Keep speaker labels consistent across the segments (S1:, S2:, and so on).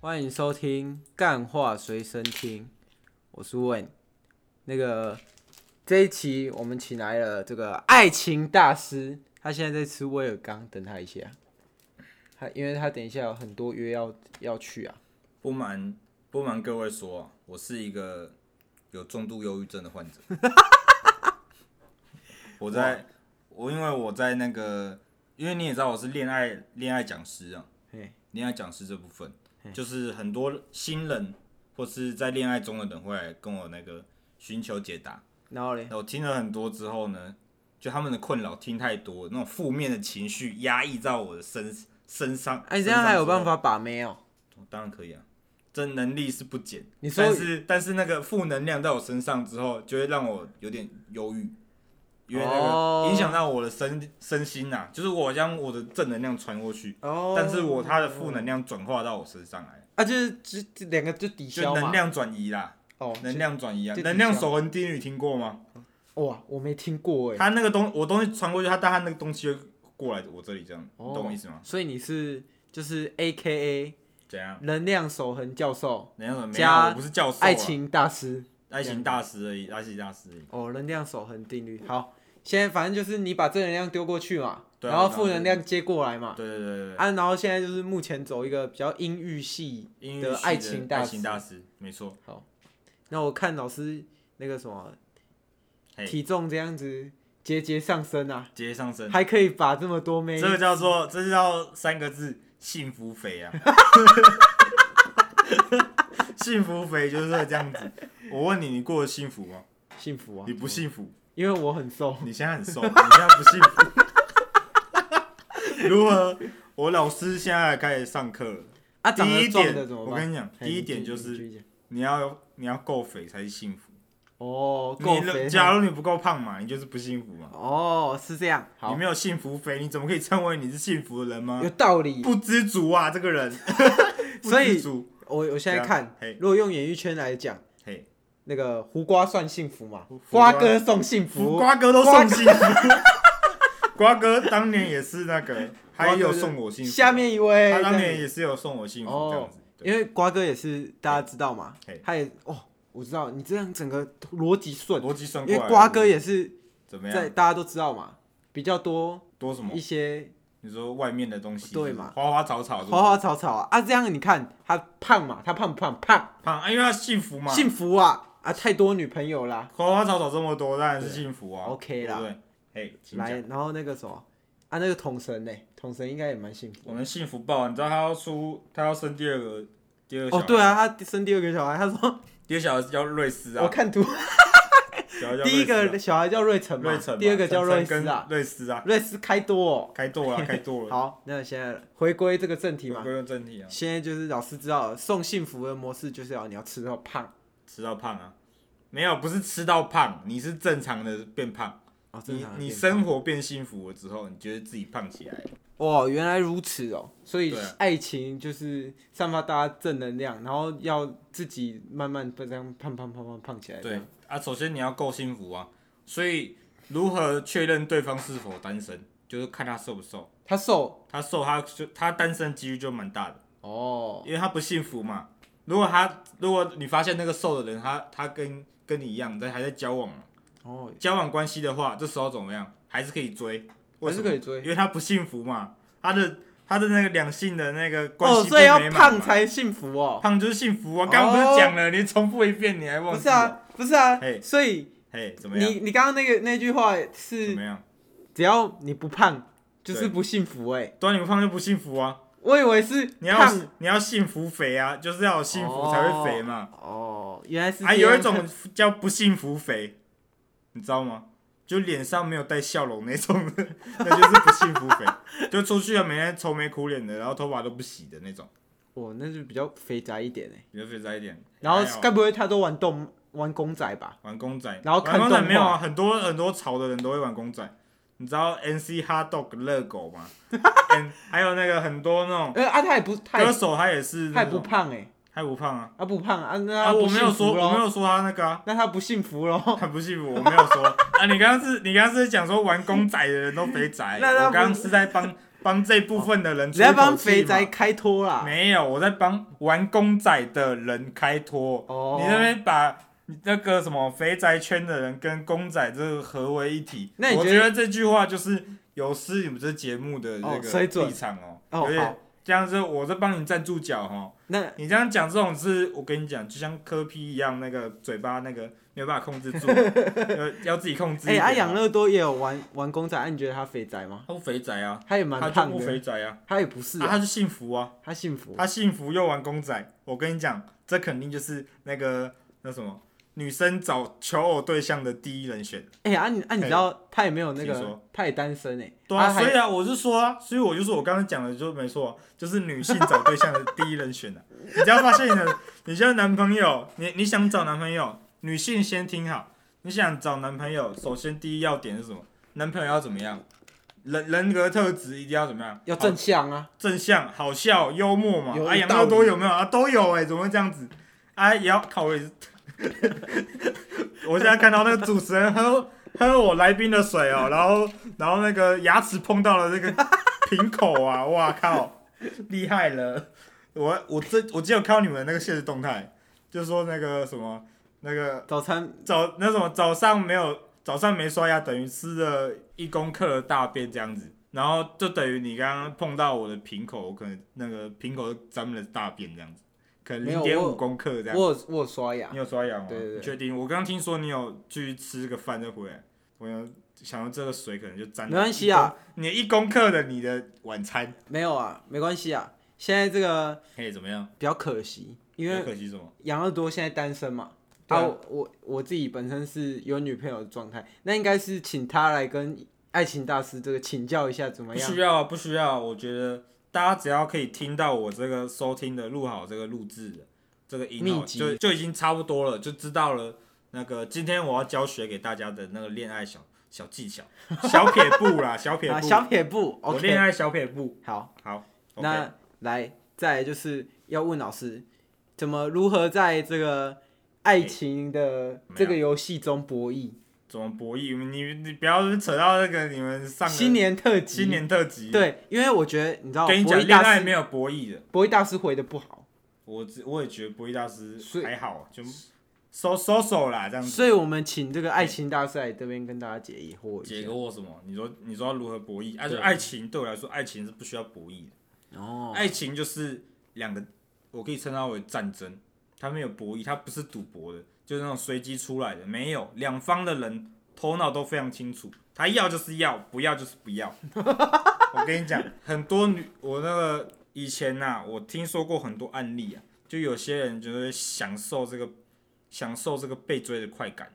S1: 欢迎收听《干话随身听》，我是 Wen。那个这一期我们请来了这个爱情大师，他现在在吃威尔刚，等他一下。他因为他等一下有很多约要要去啊。
S2: 不瞒不瞒各位说啊，我是一个有重度忧郁症的患 者。我在我因为我在那个，因为你也知道我是恋爱恋爱讲师啊
S1: 嘿，
S2: 恋爱讲师这部分，就是很多新人或是在恋爱中的人会来跟我那个寻求解答。
S1: 然后嘞，
S2: 那我听了很多之后呢，就他们的困扰听太多，那种负面的情绪压抑在我的身身上。
S1: 哎、你这样还有
S2: 身上之
S1: 办
S2: 后
S1: 法把妹哦、
S2: 当然可以啊，这能力是不减。
S1: 你说
S2: 但是但是那个负能量在我身上之后，就会让我有点忧郁，因为那
S1: 哦
S2: 个影响到我的身身心呐、就是我将我的正能量传过去，
S1: 哦
S2: 但是我它的负能量转化到我身上来，
S1: 啊，就是这这两个就抵
S2: 就
S1: 消嘛。
S2: 能量转移啦，
S1: 哦，
S2: 能量转移啊，
S1: 就
S2: 能量
S1: 就
S2: 守恒定律听过吗？
S1: 哇，我没听过哎、
S2: 它那个东我东西传过去，它但它那个东西会过来我这里，这样，
S1: 哦
S2: 你懂我意思吗？
S1: 所以你是就是 A K A
S2: 怎样？
S1: 能量守恒教授、
S2: 能量转没有
S1: 加
S2: 我不是教授、啊，
S1: 爱情大师
S2: 爱情大师而已，爱情大师而已。
S1: 哦，能量守恒定律。好，现在反正就是你把正能量丢过去嘛，
S2: 对啊
S1: 然后负能量接过来嘛。
S2: 对对对对对。
S1: 啊，然后现在就是目前走一个比较阴郁系
S2: 英语
S1: 的
S2: 系
S1: 爱情大
S2: 爱
S1: 师
S2: 情大师，没错。
S1: 那我看老师那个什么
S2: 嘿
S1: 体重这样子节节上升啊，
S2: 直接上升，
S1: 还可以把这么多妹
S2: 这个叫做，这是叫三个字，幸福肥啊。 幸福肥就是这样子。我问你，你过得幸福吗？
S1: 幸福啊
S2: 你，不幸福，
S1: 因为我很瘦。
S2: 你现在很瘦，你现在不幸福。 如何？我老师现在开始上课了。
S1: 啊， 长
S2: 第
S1: 得
S2: 一
S1: 壮的
S2: 点，
S1: 怎么
S2: 我
S1: 办？
S2: 跟你讲，
S1: 嘿
S2: 第一
S1: 你
S2: 点
S1: 继续
S2: 就
S1: 你
S2: 是
S1: 继续讲
S2: 你要有你要够肥才是幸福。
S1: 哦，够肥
S2: 你假如你不够胖嘛，你就是不幸福嘛。
S1: 哦，是这样，
S2: 你
S1: 好，
S2: 没有幸福肥，你怎么可以称为你是幸福的人吗
S1: 有？道理。
S2: 不知足啊，这个人。不
S1: 所以
S2: 知足，啊
S1: 我我现在看
S2: 怎样嘿，
S1: 如果用演艺圈来讲，
S2: 嘿，
S1: 那个胡瓜算幸福嘛
S2: 胡？胡
S1: 瓜
S2: 瓜
S1: 哥送幸福，
S2: 瓜哥都送幸福。 瓜哥当年也是那个，他也有送我幸福。
S1: 下面一位，
S2: 他当
S1: 这样
S2: 年
S1: 子
S2: 也是有送我幸福这样
S1: 哦
S2: 子，。对
S1: 因为瓜哥也是大家知道嘛
S2: 嘿，
S1: 他也哦，我知道你这样整个逻辑顺，
S2: 逻辑算过
S1: 因
S2: 来
S1: 为
S2: 了。
S1: 瓜哥也是
S2: 怎么
S1: 在
S2: 样？
S1: 大家都知道嘛，比较多
S2: 多什么
S1: 一？些
S2: 你说外面的东西，
S1: 对嘛
S2: 花花草草，
S1: 花花草草啊啊，这样你看他胖嘛，他胖不胖？胖，
S2: 胖，啊因为他幸福嘛。
S1: 幸福啊啊，太多女朋友啦，
S2: 花花草草这么多，当然是幸福啊。
S1: OK 啦
S2: 对不对。嘿，请讲
S1: 来，然后那个什么啊，那个统神呢，统神应该也蛮幸福的
S2: 我。们幸福爆，你知道他要出，他要生第二个，第二个小
S1: 哦，
S2: 孩
S1: 对，啊，他生第二个小孩，他说
S2: 第二小孩是叫瑞斯
S1: 我
S2: 啊，
S1: 看图，
S2: 小孩叫
S1: 第一
S2: 瑞斯
S1: 个
S2: 啊
S1: 小孩叫瑞成嘛，
S2: 瑞成嘛，
S1: 第二个叫瑞
S2: 晨晨
S1: 斯啊
S2: 跟，瑞斯啊，
S1: 瑞斯开多、哦。
S2: 开剁了，开剁 了，
S1: 好，那现在回归这个正题
S2: 回
S1: 嘛，
S2: 归正题啊，
S1: 现在就是老师知道了送幸福的模式就是要你要吃到胖
S2: 吃到胖啊，没有，不是吃到胖，你是正常的变胖，
S1: 哦，正
S2: 你
S1: 常的
S2: 你
S1: 变
S2: 生活变幸福了之后，你觉得自己胖起来了，
S1: 哦，原来如此哦，所以
S2: 对啊
S1: 爱情就是散发大家正能量，然后要自己慢慢这样胖胖胖胖胖起来。这
S2: 对
S1: 样，
S2: 啊，首先你要够幸福啊，所以如何确认对方是否单身，就是看他瘦不瘦，
S1: 他瘦
S2: 他瘦他就他单身几率就蛮大的。
S1: 哦，
S2: 因为他不幸福嘛。如果他，如果你发现那个瘦的人，他他跟跟你一样，在还在交往嘛，
S1: 哦，
S2: 交往关系的话，这时候怎么样？还是可以追，
S1: 还
S2: 为什
S1: 是
S2: 么？
S1: 可以追
S2: 因为他不幸福嘛，他的他的那个两性的那个关
S1: 哦，
S2: 系不
S1: 所以
S2: 美
S1: 要
S2: 满嘛
S1: 胖才幸福哦。
S2: 胖就是幸福啊！
S1: 哦
S2: 刚刚不是讲了，你重复一遍，你还忘
S1: 不
S2: 记？
S1: 是，啊，不是啊
S2: 嘿，
S1: 所以
S2: 嘿，怎么样？
S1: 你你刚刚那个那句话
S2: 怎么
S1: 是，
S2: 样？
S1: 只要你不胖就是
S2: 对
S1: 不幸福哎、
S2: 对啊，你不胖就不幸福啊！
S1: 我以为是
S2: 你要
S1: 胖
S2: 你要幸福肥啊，就是要有幸福才会肥嘛。
S1: 哦，原来是
S2: 啊，
S1: 这样
S2: 有一种 叫不幸福肥，你知道吗？就脸上没有带笑容那种的， 那就是不幸福肥。就出去了，啊每天愁眉苦脸的，然后头发都不洗的那种，
S1: 哦，那就比较肥宅一点哎、
S2: 比较肥宅一点。
S1: 然
S2: 还好
S1: 后该不会他都玩动玩公仔吧？
S2: 玩公仔，
S1: 然后看
S2: 玩公仔
S1: 动画
S2: 没有啊？很多很多潮的人都会玩公仔。你知道 NC Hot Dog 热狗 吗嗯还有那个很多那种
S1: 呃啊，他也不他
S2: 歌
S1: 也
S2: 手，他也是
S1: 他
S2: 那
S1: 也不
S2: 种，
S1: 胖哎、
S2: 他也不胖啊。
S1: 啊不胖啊，那他
S2: 啊，
S1: 不
S2: 我没有
S1: 幸福
S2: 说，我没
S1: 咯
S2: 有说他那个啊。
S1: 那他不幸福喽。
S2: 他不幸福，我没 有说啊。你刚刚是，你刚刚是讲说玩公仔的人都肥宅，
S1: 那那
S2: 我刚刚是在帮，帮这部分的人
S1: 你
S2: 出一口气嘛，
S1: 在帮肥宅开脱啦。
S2: 没有，我在帮玩公仔的人开脱。
S1: 哦
S2: 你那边把那个什么肥宅圈的人跟公仔这个合为一体，
S1: 那你
S2: 我
S1: 觉
S2: 觉
S1: 得
S2: 得这句话就是有失你们这节目的
S1: 哦
S2: 那个
S1: 水准
S2: 立场哦。
S1: 哦
S2: 有点
S1: 好
S2: 这样子，我在帮你站住脚哈、哦。
S1: 那
S2: 你这样讲这种是，我跟你讲，就像磕批一样，那个嘴巴那个没有办法控制 住，要要自己控制一
S1: 哎，
S2: 点啊。
S1: 阿养乐多也有玩玩公仔，啊你觉得他肥宅吗？
S2: 他不肥宅啊，
S1: 他也
S2: 他
S1: 蛮
S2: 就
S1: 胖
S2: 不
S1: 的，
S2: 肥宅啊，
S1: 他也不是
S2: 啊
S1: 啊，
S2: 他就幸福啊。
S1: 他幸福。
S2: 他幸福又玩公仔，我跟你讲，这肯定就是那个那什么女生找求偶对象的第一人选。
S1: 哎，啊你啊你知道他也没有那
S2: 请
S1: 个
S2: 说，
S1: 他也单身哎，
S2: 对啊，
S1: 他还
S2: 所以啊，我是说啊，所以我就说我刚刚讲的就没错啊，就是女性找对象的第一人选啊。你只要发现你的，你现在男朋友，你你想找男朋友，女性先听好，你想找男朋友，首先第一要点是什么？男朋友要怎么样？人人格特质一定要怎么样？
S1: 要正向啊，
S2: 正向、好笑、幽默嘛
S1: 有，
S2: 啊，养
S1: 道
S2: 乐
S1: 理
S2: 多有没有啊？都有哎、怎么会这样子？啊，也要考虑。 我现在看到那个主持人喝喝我来宾的水哦、然后然后那个牙齿碰到了那个瓶口啊， 哇靠，厉害了！我我这我只有看到你们那个现实动态，就说那个什么那个
S1: 早餐
S2: 早那什么早上没有早上没刷牙，等于吃了一公克的大便这样子，然后就等于你刚刚碰到我的瓶口，我可能那个瓶口沾了大便这样子，可能
S1: 没有
S2: 零点
S1: 我
S2: 五公克这样。
S1: 我有我有刷牙
S2: 你，有刷牙吗？
S1: 对对对
S2: 你确定？我刚刚听说你有去吃个饭再回来，我有想到这个水可能就沾了。
S1: 没关系啊，
S2: 你一公克的你的晚餐，
S1: 没有啊，没关系啊。现在这个
S2: 嘿，怎么样？
S1: 比较可惜，因
S2: 有
S1: 为
S2: 可惜什么？
S1: 养乐多现在单身嘛，
S2: 对
S1: 啊，
S2: 啊
S1: 我我我自己本身是有女朋友的状态，那应该是请他来跟爱情大师这个请教一下怎么
S2: 不
S1: 样
S2: 需？要，不需要。我觉得大家只要可以听到我这个收听的录好这个录制的这个音
S1: 秘
S2: 哦，
S1: 籍
S2: 就就已经差不多了，就知道了。那个今天我要教学给大家的那个恋爱小小 技巧，小撇步啦，小撇
S1: 啊，
S2: 步，
S1: 小撇步
S2: 我恋
S1: ，OK，
S2: 爱小撇步。
S1: 好，
S2: 好，OK，
S1: 那来再来就是要问老师，怎么如何在这个爱情的
S2: 么
S1: 这个游戏中博弈？
S2: 怎么博弈？你你不要扯到那个你们上个
S1: 新年特辑，
S2: 新年特辑，，
S1: 对，因为我觉得你知道博
S2: 跟你讲，
S1: 弈
S2: 恋
S1: 大
S2: 爱
S1: 师
S2: 没有博弈的。
S1: 博弈大师回的不好，
S2: 我只我也觉得博弈大师
S1: 所以
S2: 还好，就收收手啦，这样子。
S1: 所以我们请这个爱情大师来这边跟大家解疑惑
S2: 解
S1: 一
S2: 个
S1: 下。
S2: 惑什么？你说你说要如何博弈？啊，就
S1: 对
S2: 爱情对我来说，爱情是不需要博弈的。
S1: 哦，
S2: 爱情就是两个，我可以称它为战争，它没有博弈，它不是赌博的，就是那种随机出来的，没有两方的人头脑都非常清楚，他要就是要，不要就是不要。 我跟你讲，很多女，我那个以前呐、我听说过很多案例啊，就有些人就是享受这个享受这个被追的快感，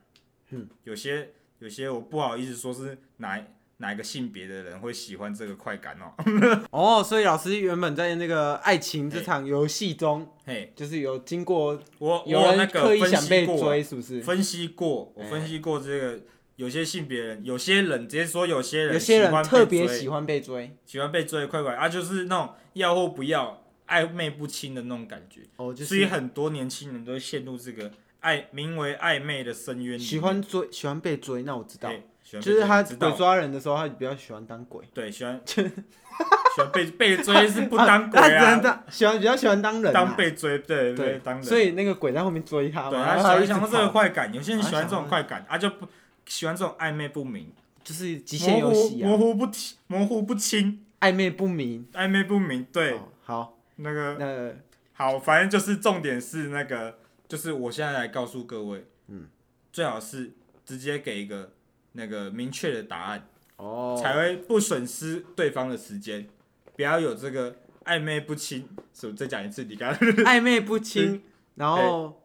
S2: 嗯，有些有些我不好意思说是哪哪一个性别的人会喜欢这个快感哦，
S1: 哦，所以老师原本在那个爱情这场游戏中，
S2: 嘿。
S1: 就是有经过
S2: 哎我
S1: 有
S2: 我那
S1: 人
S2: 个
S1: 刻意
S2: 分
S1: 想
S2: 析
S1: 被
S2: 过啊，
S1: 追，是不是？
S2: 分析过，我
S1: 哎
S2: 分析过这个有些性别人，有些人直接说有些人
S1: 有些
S2: 喜欢
S1: 人
S2: 被
S1: 特别
S2: 追
S1: 喜欢被追，
S2: 喜欢被追的快感啊，就是那种要或不要、暧昧不清的那种感觉，
S1: 哦，就
S2: 所以
S1: 是
S2: 很多年轻人都会陷入这个暧名为暧昧的深渊里面。
S1: 喜欢追，喜欢被追。那我知道
S2: 哎，喜欢被
S1: 就是他
S2: 追知道
S1: 鬼抓人的时候，他就比较喜欢当鬼，
S2: 对喜 欢喜欢被被追是 不当鬼
S1: 他只能
S2: 啊，
S1: 当喜欢比较喜欢当人啊，
S2: 当被追对
S1: 对
S2: 当，人。
S1: 所以那个鬼在后面追他
S2: 对
S1: 嘛，然
S2: 他
S1: 后
S2: 喜欢
S1: 啊一直
S2: 享受这个
S1: 跑
S2: 快感，有些人喜欢这种快感，啊就不喜欢这种暧昧不明。
S1: 就是极限
S2: 模
S1: 游
S2: 糊
S1: 戏啊
S2: 模，糊不清，模糊不清，
S1: 暧昧不明。
S2: 暧昧不明。对，哦
S1: 哦好，
S2: 那个
S1: 那
S2: 好，反正就是重点是那个，就是我现在来告诉各位，嗯，最好是直接给一个那个明确的答案，
S1: 哦，
S2: 才会不损失对方的时间，不要有这个暧昧不清。是我再讲一次，你刚 刚。
S1: 暧昧不清，然后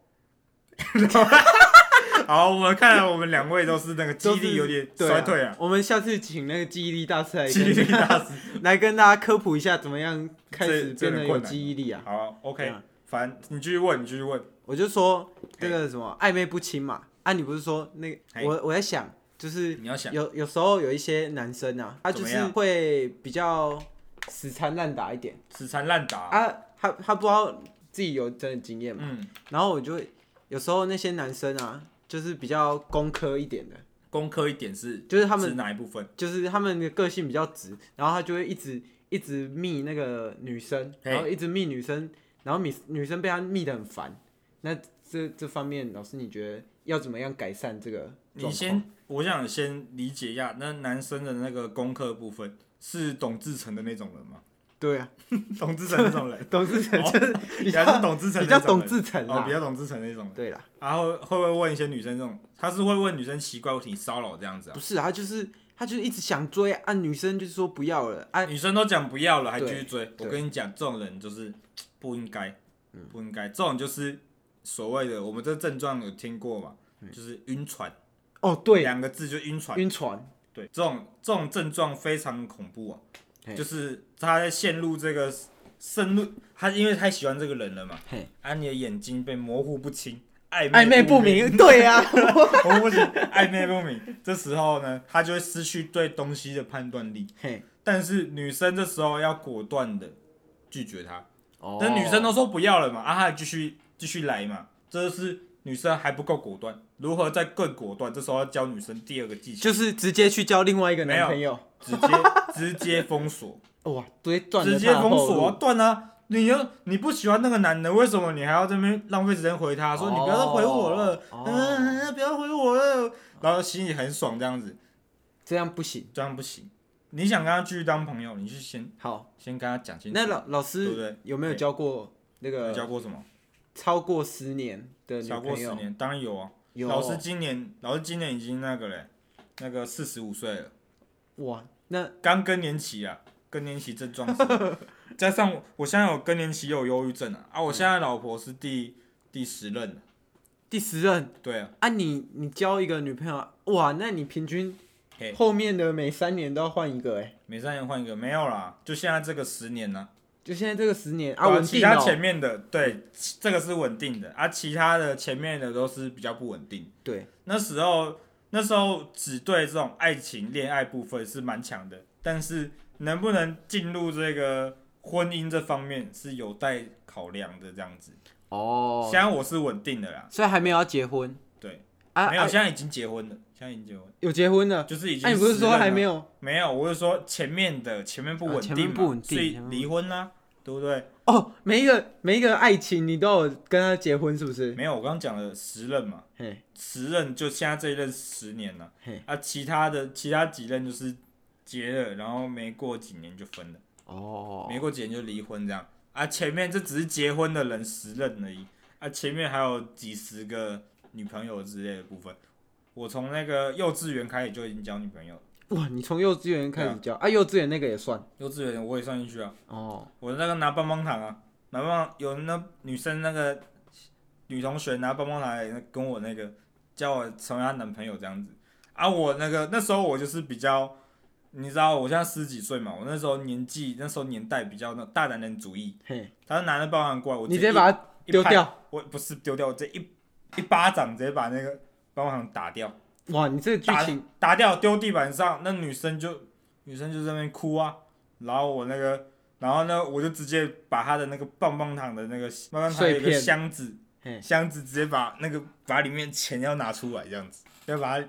S2: 好，我们看来我们两位都是那个记忆
S1: 都
S2: 力
S1: 是
S2: 有点
S1: 对
S2: 衰退啊，
S1: 我们下次请那个记忆力大师来
S2: 记忆
S1: 跟
S2: 力大师。
S1: 来跟大家科普一下，怎么样开始变
S2: 这这有
S1: 得有
S2: 点困难
S1: 记忆力啊？
S2: 好
S1: 对
S2: ，OK，
S1: 啊
S2: 反正你继续问，你继续问。
S1: 我就说这个什么暧昧不清嘛，啊，你不是说那个
S2: 嘿
S1: 我我在想，就是
S2: 你要想，
S1: 有有时候有一些男生啊，他就
S2: 怎
S1: 是
S2: 么样
S1: 会比较死缠烂打一点
S2: 死缠烂打，
S1: 啊，他他不知道自己有真的经验嘛，
S2: 嗯。
S1: 然后我就会有时候那些男生啊，就是比较工科一点的，
S2: 工科一点是
S1: 就是他们
S2: 指哪一部分？
S1: 就是他们的个性比较直，然后他就会一直。一直密那个女生，
S2: 嘿
S1: 然后一直密女生，然后女女生被他密得很烦。那这这方面，老师你觉得要怎么样改善这个
S2: 你
S1: 状
S2: 先
S1: 况？，
S2: 我想先理解一下，那男生的那个功课部分是董志成的那种人吗？
S1: 对啊，
S2: 董志成那种人，
S1: 董志成
S2: 哦
S1: 就是 比
S2: 比较是
S1: 较
S2: 董志成
S1: 比较
S2: 那种
S1: 董
S2: 人，
S1: 志成
S2: 哦，
S1: 啦
S2: 比。较董志成那种人。
S1: 对啦，
S2: 然后会不会问一些女生这种？他是会问女生奇怪问题、骚扰这样子啊
S1: 不？是啊，他就是他就是一直想追啊，女生就是说不要了啊，
S2: 女生都讲不要了，还继
S1: 对
S2: 续追。我
S1: 对嗯
S2: 跟你讲，这种人就是不应该，不应该。这种就是所谓的我们这症状有听过嘛？就是晕船，
S1: 哦对，
S2: 两个字就晕
S1: 嗯
S2: 船。
S1: 晕 船，
S2: 对，这种这种症状非常恐怖啊，
S1: 嘿
S2: 就是他在陷入这个深入，他因为太喜欢这个人了嘛
S1: 嘿，
S2: 啊，你的眼睛被模糊不清，暧
S1: 暧昧不
S2: 不，
S1: 明，对啊，
S2: 模糊不清，暧昧不明。这时候呢，他就会失去对东西的判断力。
S1: 嘿，
S2: 但是女生这时候要果断的拒绝他，
S1: 哦
S2: 但女生都说不要了嘛，啊，他还继续继续来嘛，这就是女生还不够果断，如何再更果断？这时候要教女生第二个技巧。
S1: 就是直接去交另外一个男朋友，
S2: 直接直接封锁，
S1: 哇，直接 断了
S2: 直接
S1: 他的
S2: 封
S1: 后
S2: 锁啊
S1: 路，
S2: 断啊！你又你不喜欢那个男的，为什么你还要这边浪费时间回他？说你不要再回我了，
S1: 哦
S2: 嗯、不要回我了，然后心里很爽这样子，
S1: 这样不行。
S2: 这样不行。你想跟他继续当朋友，你就先
S1: 好，
S2: 先跟他讲清楚。
S1: 那老老
S2: 对不
S1: 师
S2: 对？
S1: 有没有
S2: 对
S1: 交过那
S2: 有
S1: 个
S2: 交过什么？
S1: 超过十年的女
S2: 交过
S1: 朋
S2: 十
S1: 友？
S2: 年，当然有啊。
S1: 有
S2: 老师今年，老师今年已经那个嘞，那个四十五岁了。
S1: 哇，那
S2: 刚更年期啊，更年期症状 是，加上我我现在有更年期又有忧郁症啊，啊，我现在老婆是第第十任了，
S1: 第十任
S2: 对啊，
S1: 啊你，你交一个女朋友，啊哇，那你平均
S2: 嘿
S1: 后面的每三年都要换一个哎、
S2: 每三年换一个，没有啦，就现在这个十年呢、
S1: 就现在这个十年
S2: 对啊
S1: 稳
S2: 其
S1: 定
S2: 他
S1: 哦、
S2: 前面的对，其这个是稳定的，啊，其他的前面的都是比较不稳定。
S1: 对，
S2: 那时候那时候只对这种爱情恋爱部分是蛮强的，但是能不能进入这个婚姻这方面是有待考量的，这样子。
S1: 哦
S2: 现，在我是稳定的啦，
S1: 所以还没有要结婚
S2: 对。
S1: 啊？
S2: 没有，
S1: 啊
S2: 现在已经结婚了，现在已经结婚，
S1: 有结婚了？
S2: 就是已经。
S1: 那、你不是说还没
S2: 有？
S1: 有？
S2: 没有，我是说前面的前面不稳定
S1: 啊
S2: 嘛，
S1: 前面不稳定
S2: 所以
S1: 前面不
S2: 离婚啦、对不对？
S1: 哦，每一个每一个爱情你都有跟他结婚是不是？
S2: 没有，我刚刚讲了十任嘛，
S1: 嘿，
S2: 十任就现在这一任十年了
S1: 嘿，
S2: 啊，其他的其他几任就是结了，然后没过几年就分了，
S1: 哦，
S2: 没过几年就离婚这样。啊，前面这只是结婚的人十任而已，啊，前面还有几十个女朋友之类的部分。我从那个幼稚园开始就已经交女朋友了，
S1: 哇，你从幼稚园开始教啊幼稚园那个也算
S2: 幼稚园我也算进去啊。
S1: 哦，
S2: 我那个拿棒棒糖啊，拿棒棒有那女生那个女同学拿棒棒糖来跟我那个叫我成为她男朋友这样子啊，我那个那时候我就是比较，你知道我现在十几岁嘛，我那时候年纪那时候年代比较那大男人主义，
S1: 嘿，
S2: 他拿着棒棒糖过来，我
S1: 你直
S2: 接
S1: 接
S2: 一
S1: 把它
S2: 一
S1: 丢
S2: 拍，
S1: 掉，
S2: 我不是丢掉，我这一一巴掌直接把那个棒棒糖打掉，
S1: 哇，你这个剧
S2: 打
S1: 情
S2: 打掉丢地板上，那女生就女生就在那边哭啊，然后我那个，然后呢，我就直接把她的那个棒棒糖的那个棒棒糖有
S1: 碎
S2: 一个
S1: 片
S2: 箱子，
S1: 嘿
S2: 箱子直接把那个把里面钱要拿出来这样子，要把它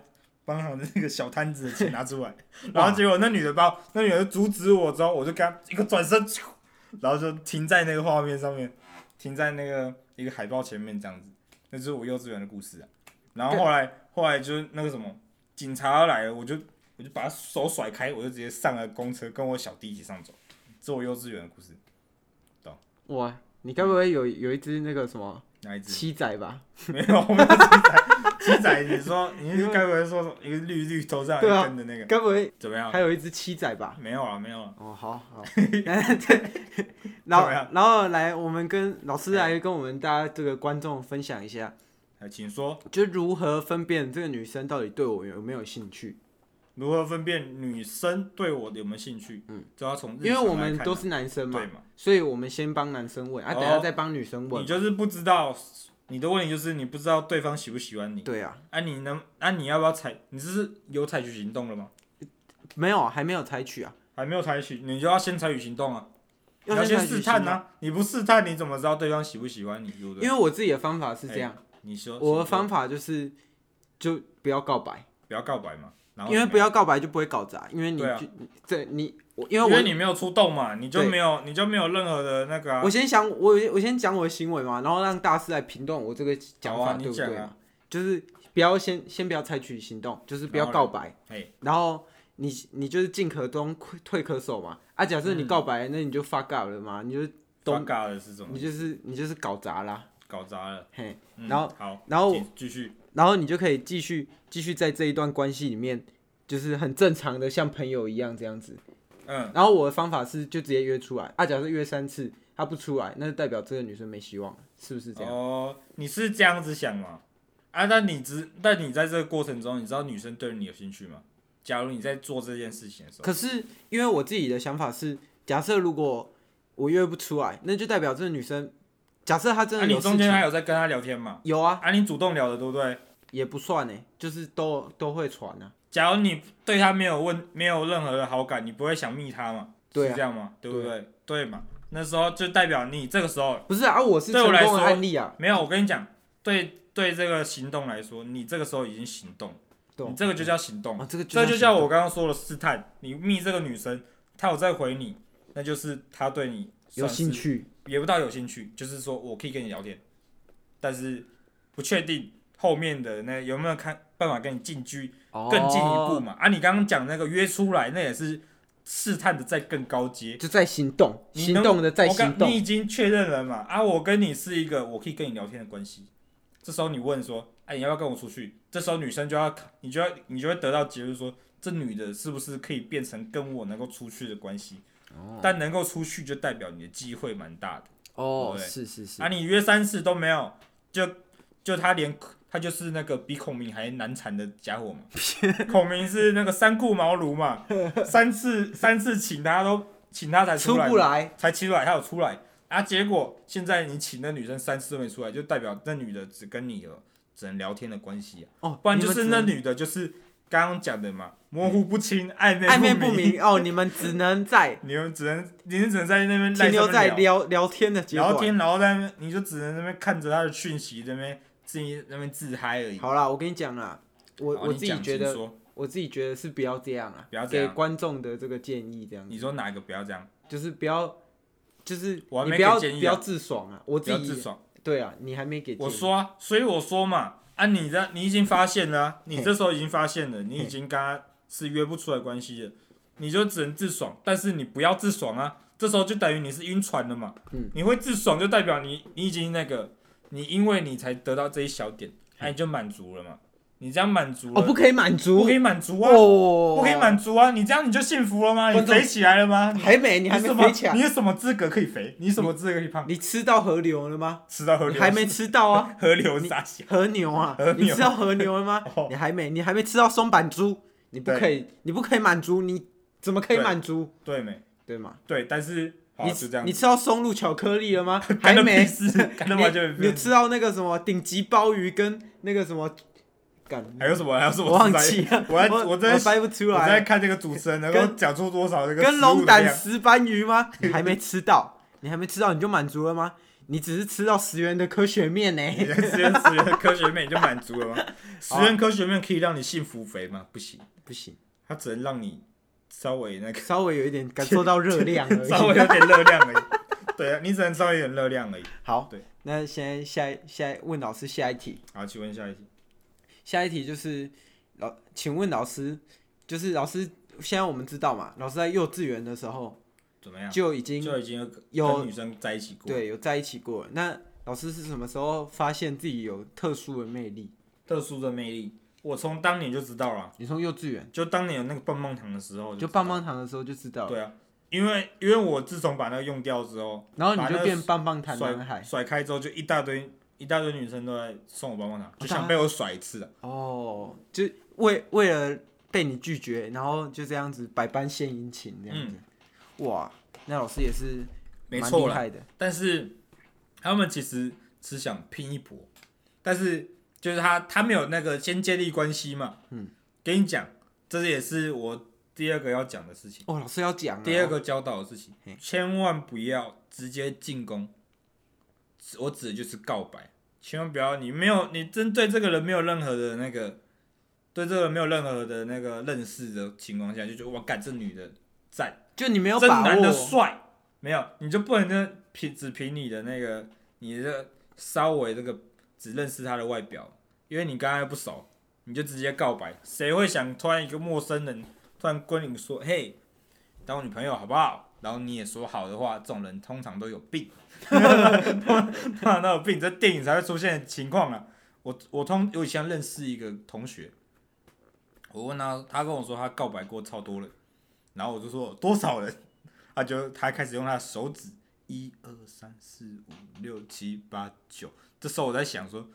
S2: 棒棒糖的那个小摊子的钱拿 出来，然后结果那女的把我那女的阻止我之后，我就跟她一个转身，然后就停在那个画面上面，停在那个一个海报前面这样子，那就是我幼稚园的故事啊。然后后来后来就是那个什么警察要来了，我就我就把他手甩开，我就直接上了公车，跟我小弟一起上走。这我幼稚园的故事，
S1: 哇，你该不会有有一只那个什么
S2: 哪一只？
S1: 七仔吧？
S2: 没有，我们七仔，七仔，你说你是该不会说什么一个绿绿头上有
S1: 对啊
S2: 一根的那个、
S1: 该不会
S2: 怎么样
S1: 还？有一只七仔吧？
S2: 没有啊，没有啊。
S1: 哦，好 好，然后
S2: 怎么样
S1: 然后来我们跟老师来跟我们大家这个观众分享一下，
S2: 哎，请说
S1: 就如何分辨这个女生到底对我有没有兴趣？
S2: 如何分辨女生对我有没有兴趣？嗯，就要从
S1: 因
S2: 日
S1: 为
S2: 常
S1: 我
S2: 来
S1: 们
S2: 看
S1: 都
S2: 啊
S1: 是男生嘛
S2: 对，嘛，
S1: 所以我们先帮男生问，啊，
S2: 哦
S1: 等下再帮女生
S2: 你
S1: 问。
S2: 就是不知道你的问题就是你不知道对方喜不喜欢你。
S1: 对啊，
S2: 啊，你能啊，你要不要采？你这是有采取行动了吗？
S1: 没有，还没有采取啊，
S2: 还没有采取，你就要先采取行动啊！你要
S1: 先
S2: 先
S1: 采取
S2: 试探
S1: 行动。
S2: 啊！你不试探，你怎么知道对方喜不喜欢你？对不对？哎
S1: 因为我自己的方法是这样，
S2: 你说
S1: 我的
S2: 请说
S1: 方法就是就不要告白，
S2: 不要告白嘛，然后
S1: 因为
S2: 怎么
S1: 不
S2: 样
S1: 要告白就不会搞砸，因为你
S2: 对啊
S1: 就这你我因
S2: 因
S1: 为我
S2: 为你没有出动嘛，你就
S1: 对
S2: 没有你就没有任何的那个、啊
S1: 我。先想，我我先讲我的行为嘛，然后让大师来评断我这个讲
S2: 好
S1: 法、
S2: 啊你
S1: 对不
S2: 讲
S1: 对
S2: 啊
S1: 嘛？就是不要先先不要采取行动，就是不要
S2: 然后
S1: 告白
S2: 嘿，
S1: 然后你你就是进可攻退退可守嘛。啊，假设你告白，那你就发尬了嘛，你就
S2: 发
S1: 懂，
S2: 尬的是嗯怎么
S1: 你就是你就是搞砸啦，
S2: 搞砸了？
S1: 嘿，
S2: 嗯、
S1: 然后
S2: 好，
S1: 然后
S2: 继继续
S1: 然后你就可以继续继续在这一段关系里面，就是很正常的像朋友一样这样子。
S2: 嗯，
S1: 然后我的方法是就直接约出来，啊，假设约三次他不出来，那就代表这个女生没希望了，是不是这样？
S2: 哦，你是这样子想吗？啊，但你知，但你在这个过程中，你知道女生对你有兴趣吗？假如你在做这件事情的时候，
S1: 可是因为我自己的想法是，假设如果我约不出来，那就代表这个女生，假设她真
S2: 啊，
S1: 的
S2: 你
S1: 有事
S2: 中
S1: 情，
S2: 间还有在跟她聊天嘛？
S1: 有啊，
S2: 啊，你主动聊的，对不对？
S1: 也不算呢、欸就是都都会传啊。
S2: 假如你对她没有问，没有任何的好感，你不会想密她嘛？
S1: 对啊
S2: 是这样吗？对不对？对嘛？那时候就代表你这个时候
S1: 不是啊，我是
S2: 对
S1: 成
S2: 我
S1: 功
S2: 来
S1: 的
S2: 说
S1: 案例啊，
S2: 没有，我跟你讲，对对，这个行动来说，你这个时候已经行动了，
S1: 懂
S2: 你这个就叫行动，
S1: 啊，这个
S2: 这就
S1: 行
S2: 叫
S1: 动
S2: 我刚刚说的试探。你密这个女生，她有在回你，那就是她对你
S1: 有
S2: 算是
S1: 兴，趣，
S2: 也不到有兴趣，就是说我可以跟你聊天，但是不确定后面的那有没有看办法跟你近距更进一步
S1: 哦，
S2: 嘛？啊，你刚刚讲那个约出来，那也是试探的再更高阶。
S1: 就在行动，
S2: 你
S1: 行
S2: 能
S1: 动的在
S2: 我
S1: 行
S2: 刚你
S1: 动。
S2: 已经确认了嘛？啊，我跟你是一个我可以跟你聊天的关系。这时候你问说，哎、你要不要跟我出去？这时候女生就要，你就要，你就会得到结论说，这女的是不是可以变成跟我能够出去的关系？但能够出去就代表你的机会蛮大的。
S1: 哦，
S2: 对
S1: 是是是
S2: 啊，，你约三次都没有，就就他连他就是那个比孔明还难缠的家 伙嘛。孔明是那个三顾茅庐嘛，三次三次请他都请他才
S1: 出
S2: 来
S1: 不
S2: 嘛
S1: 来，
S2: 才起出来，他有出来啊。结果现在你请那女生三次都没出来，就代表那女的只跟你有只能聊天的关系啊，
S1: 哦，
S2: 不然
S1: 你
S2: 就
S1: 们
S2: 是
S1: 只
S2: 那
S1: 能
S2: 女的就是刚刚讲的嘛，模糊不清，暧昧
S1: 暧昧
S2: 不
S1: 不，明哦，你们只能在
S2: 你们只能你们只能在那边 赖
S1: 停留
S2: 上面
S1: 在
S2: 聊
S1: 聊聊天的阶
S2: 聊
S1: 段。
S2: 天，然后在那边你就只能在那边看着她的讯息，在那边自己在那边自嗨而已。
S1: 好啦，我跟你讲啦，我
S2: 好
S1: 我
S2: 你
S1: 自己
S2: 讲
S1: 觉
S2: 请
S1: 得
S2: 说
S1: 我自己觉得是不要这样啊，
S2: 不要这
S1: 给
S2: 样
S1: 观众的这个建议这样子，
S2: 你说哪个不要这样，
S1: 就是不要，就是
S2: 我还
S1: 你
S2: 没
S1: 不要
S2: 给建议啊
S1: 不要自爽啊，我
S2: 不
S1: 自
S2: 要
S1: 己
S2: 自爽。
S1: 对啊，你还没给建
S2: 我
S1: 议，
S2: 说啊，所以我说嘛，啊，你这你已经发现了啊、你这时候已经发现了，你已经跟他是约不出来关系了，你就只能自爽，但是你不要自爽啊，这时候就等于你是晕船了嘛，
S1: 嗯
S2: 你会自爽就代表你你已经那个，你因为你才得到这一小点，哎、你就满足了嘛，你这样满足了，
S1: 哦不可以满
S2: 不
S1: 足
S2: 可以满足啊，
S1: 哦，
S2: 不可以满足啊，你这样你就幸福了吗？你
S1: 观众
S2: 肥起来了吗？你
S1: 还没你
S2: 你
S1: 还
S2: 什
S1: 没
S2: 么
S1: 飞起？来，
S2: 你有什么资格可以肥？你什么资格可以胖？
S1: 你吃到河流了吗？
S2: 吃到河
S1: 你
S2: 流，
S1: 还没吃到啊，
S2: 河流撒下。
S1: 和牛啊
S2: 和，牛
S1: 你吃到和牛了吗
S2: 哦？
S1: 你还没你还没吃到松板猪，你不
S2: 对
S1: 可以你不可以满足，你怎么可以
S2: 对
S1: 满足
S2: 对没？
S1: 对吗？
S2: 对，但是好
S1: 你
S2: 就这样
S1: 你
S2: 子，
S1: 吃到松露巧克力了吗？还
S2: 干了
S1: 没
S2: 屁。事，干了完全没
S1: 你你
S2: 屁事
S1: 吃到那个什么顶级鲍鱼跟那个什么，干，
S2: 还有什么？还有什么？
S1: 我忘记
S2: 实在
S1: 了，
S2: 我在
S1: 我
S2: 我在
S1: 掰不出
S2: 我在
S1: 来，
S2: 看这个主持人能够
S1: 跟
S2: 讲出多少这个
S1: 跟
S2: 食物
S1: 龙
S2: 的
S1: 胆
S2: 量。
S1: 石斑鱼吗？你还没吃到，你还没吃到你就满足了吗？你只是吃到十元的科学面呢、
S2: 你在实验十元科学面你就满足 了吗？
S1: 啊
S2: 十元科学面可以让你幸福肥吗？不行，
S1: 不行，
S2: 它只能让你稍微那个
S1: 稍微有一点感受到热量而
S2: 稍微
S1: 已。
S2: 有点热量而已。对啊，你只能稍微有点热量而已。
S1: 好
S2: 对，
S1: 那现在下一下一问老师下一题，
S2: 好，请问下一题。
S1: 下一题就是老，请问老师，就是老师现在我们知道嘛，老师在幼稚园的时候
S2: 怎么样？
S1: 就已经
S2: 啊就已经有
S1: 有
S2: 跟女生在一起过，
S1: 对，有在一起过了。那老师是什么时候发现自己有特殊的魅力？
S2: 特殊的魅力，我从当年就知道了，
S1: 你从幼稚园
S2: 就当年有那个棒棒糖的时候
S1: 就
S2: 知道
S1: 棒棒糖的时候就知道了，
S2: 对啊，因为因为我自从把那个用掉之后，
S1: 然后
S2: 把
S1: 你
S2: 那
S1: 就
S2: 个
S1: 变棒棒糖男
S2: 甩
S1: 孩
S2: 甩开之后，就一大堆一大堆女生都在送我棒棒糖，就
S1: 大
S2: 想
S1: 家
S2: 被我甩一次啊。
S1: 哦，就为为了被你拒绝，然后就这样子百般献殷勤这样子。哇，那老师也是
S2: 嗯没
S1: 蛮
S2: 错
S1: 厉
S2: 啦，
S1: 害的，
S2: 但是他们其实只想拼一搏，但是就是他他没有那个先建立关系嘛。
S1: 嗯，
S2: 跟你讲，这也是我第二个要讲的事情，
S1: 哦，老师要讲啊
S2: 第二个教导的事情
S1: 嘿，
S2: 千万不要直接进攻。我指的就是告白，千万不要你没有你针对这个人没有任何的那个，对这个人没有任何的那个认识的情况下，就觉得哇，干这女的赞，
S1: 就你没有
S2: 真
S1: 把
S2: 男的
S1: 握，
S2: 帅，没有你就不能真凭只凭你的那个你的稍微这个只认识他的外表，因为你刚刚又不熟，你就直接告白，谁会想突然一个陌生人突然跟你说嘿，当我女朋友好不好？然后你也说好的话，这种人通常都有病， 通常都有病，这电影才会出现的情况啊。我我通我以前认识一个同学，我问他，他跟我说他告白过超多人，然后我就说多少人，他就他开始用他的手指，一二三四五六七八九，这时候我在想说，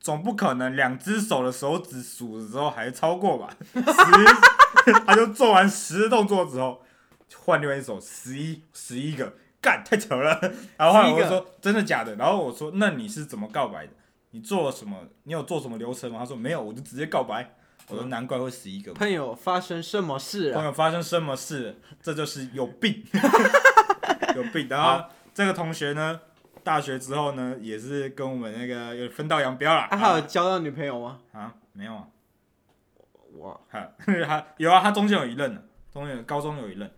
S2: 总不可能两只手的手指数的时候还超过吧？十， 他就做完十个动作之后，换另外一手十一十一个，干太扯了。然后后来我就说真的假的？然后我说那你是怎么告白的？你做了什么？你有做什么流程吗？他说没有，我就直接告白。我说难怪会十一个嘛，
S1: 朋友发生什么事
S2: 朋
S1: 嗯啊？
S2: 友发生什么事？这就是有病， 有病。然后这个同学呢，大学之后呢，也是跟我们那个有分道扬镳了。
S1: 啊，他有交到女朋友吗？
S2: 啊，没有啊，
S1: 哇，
S2: 哈 他有啊，他中间有一任呢、中间有高中有一任，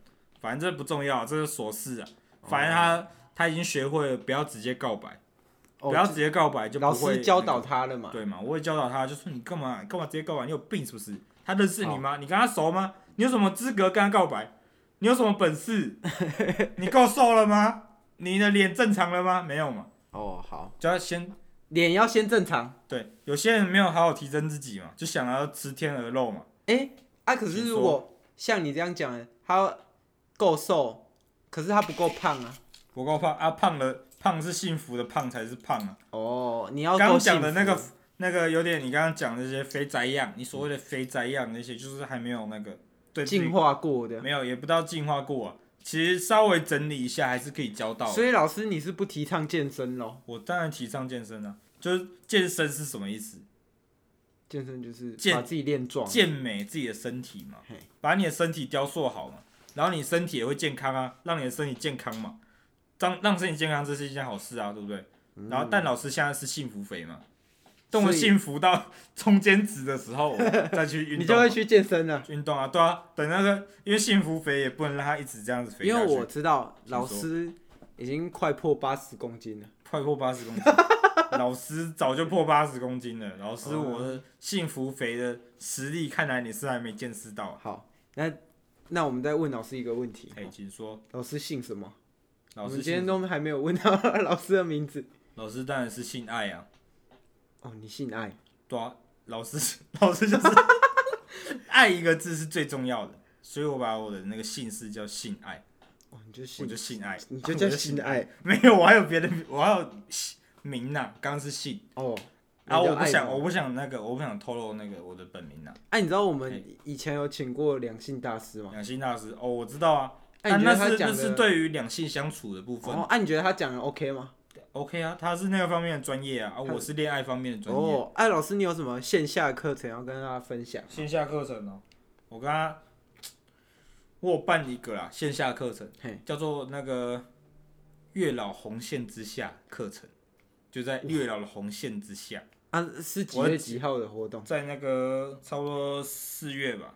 S2: 反正这不重要、这是琐事啊。反正他、他已经学会了不要直接告白，
S1: 哦
S2: 不要直接告白就不
S1: 老
S2: 会、
S1: 师教导他了嘛？
S2: 对嘛？我会教导他，就说你干嘛干嘛直接告白？你有病是不是？他认识你吗？你跟他熟吗？你有什么资格跟他告白？你有什么 本事？你够瘦了吗？你的脸正常了吗？没有嘛，
S1: 哦，好，
S2: 就要先
S1: 脸要先正常。
S2: 对。有些人没有好好提升自己嘛，就想要吃天鹅肉嘛。
S1: 哎，啊，可是
S2: 请说
S1: 如果像你这样讲，他够瘦，可是他不够胖啊。
S2: 不够胖啊，胖了胖是幸福的胖才是胖啊。
S1: 哦，你要
S2: 刚
S1: 够
S2: 刚
S1: 幸
S2: 讲
S1: 福
S2: 的那个那个有点，你刚刚讲的那些肥宅样，你所谓的肥宅样那些，就是还没有那个对自己
S1: 进化过的，
S2: 没有，也不知道进化过啊。其实稍微整理一下，还是可以教到的。
S1: 所以老师你是不提倡健身咯？
S2: 我当然提倡健身啊，就是健身是什么意思？
S1: 健身就是
S2: 健
S1: 把自己练壮，
S2: 健美自己的身体嘛
S1: 嘿，
S2: 把你的身体雕塑好嘛，然后你身体也会健康啊，让你的身体健康嘛，让让身体健康这是一件好事啊，对不对？然后但老师现在是幸福肥嘛，等我
S1: 嗯所以
S2: 幸福到中间值的时 候，我再去运动嘛，
S1: 你就会去健身了。
S2: 运动啊，对啊，等那个因为幸福肥也不能让它一直这样子肥
S1: 因
S2: 下
S1: 为
S2: 去，
S1: 我知道
S2: 啊请说
S1: 老师已经快破八十公斤了，
S2: 快破八 十公斤，老师早就破八十公斤了。老师，
S1: 哦
S2: 我的幸福肥的实力，看来你是还没见识到。
S1: 好，那那我们再问老师一个问题，
S2: 哎，请说，
S1: 老师姓什么？
S2: 老
S1: 我
S2: 师
S1: 们今天
S2: 姓，
S1: 都还没有问到 老师的名字。
S2: 老师当然是姓爱啊，
S1: 哦，你姓艾，
S2: 对啊，老师，老师就是爱一个字是 最重要的，所以我把我的那个姓氏叫姓爱，
S1: 哦，你就
S2: 我
S1: 姓
S2: 就，姓爱，
S1: 你就叫
S2: 我
S1: 姓艾
S2: 没有，我还有别的，我还有名呐、刚刚是姓，
S1: 哦。
S2: 啊，
S1: 你叫
S2: 我不
S1: 艾
S2: 想，
S1: 吗
S2: 我不想那个，我不想透露那个我的本名呐、
S1: 哎、你知道我们以前有请过两性大师吗？
S2: 两性大师，哦，我知道啊，
S1: 哎、
S2: 但
S1: 你觉
S2: 那
S1: 得他
S2: 是
S1: 讲
S2: 那是
S1: 的，
S2: 对于两性相处的部分、
S1: 哦，哎、你觉得他讲的 OK 吗？
S2: o k 啊，他是那个方面的专业啊，啊
S1: 他
S2: 我是恋爱方面的专业。
S1: 哦，哎、老师，你有什么线下课程要跟大家分享？
S2: 线下课程哦，我跟他，我有办一个啦，线下课程
S1: 嘿，
S2: 叫做那个月老红线之下课程，就在月老的红线之下，
S1: 啊，是几
S2: 我
S1: 月几号的活动？
S2: 在那个差不多四 月吧，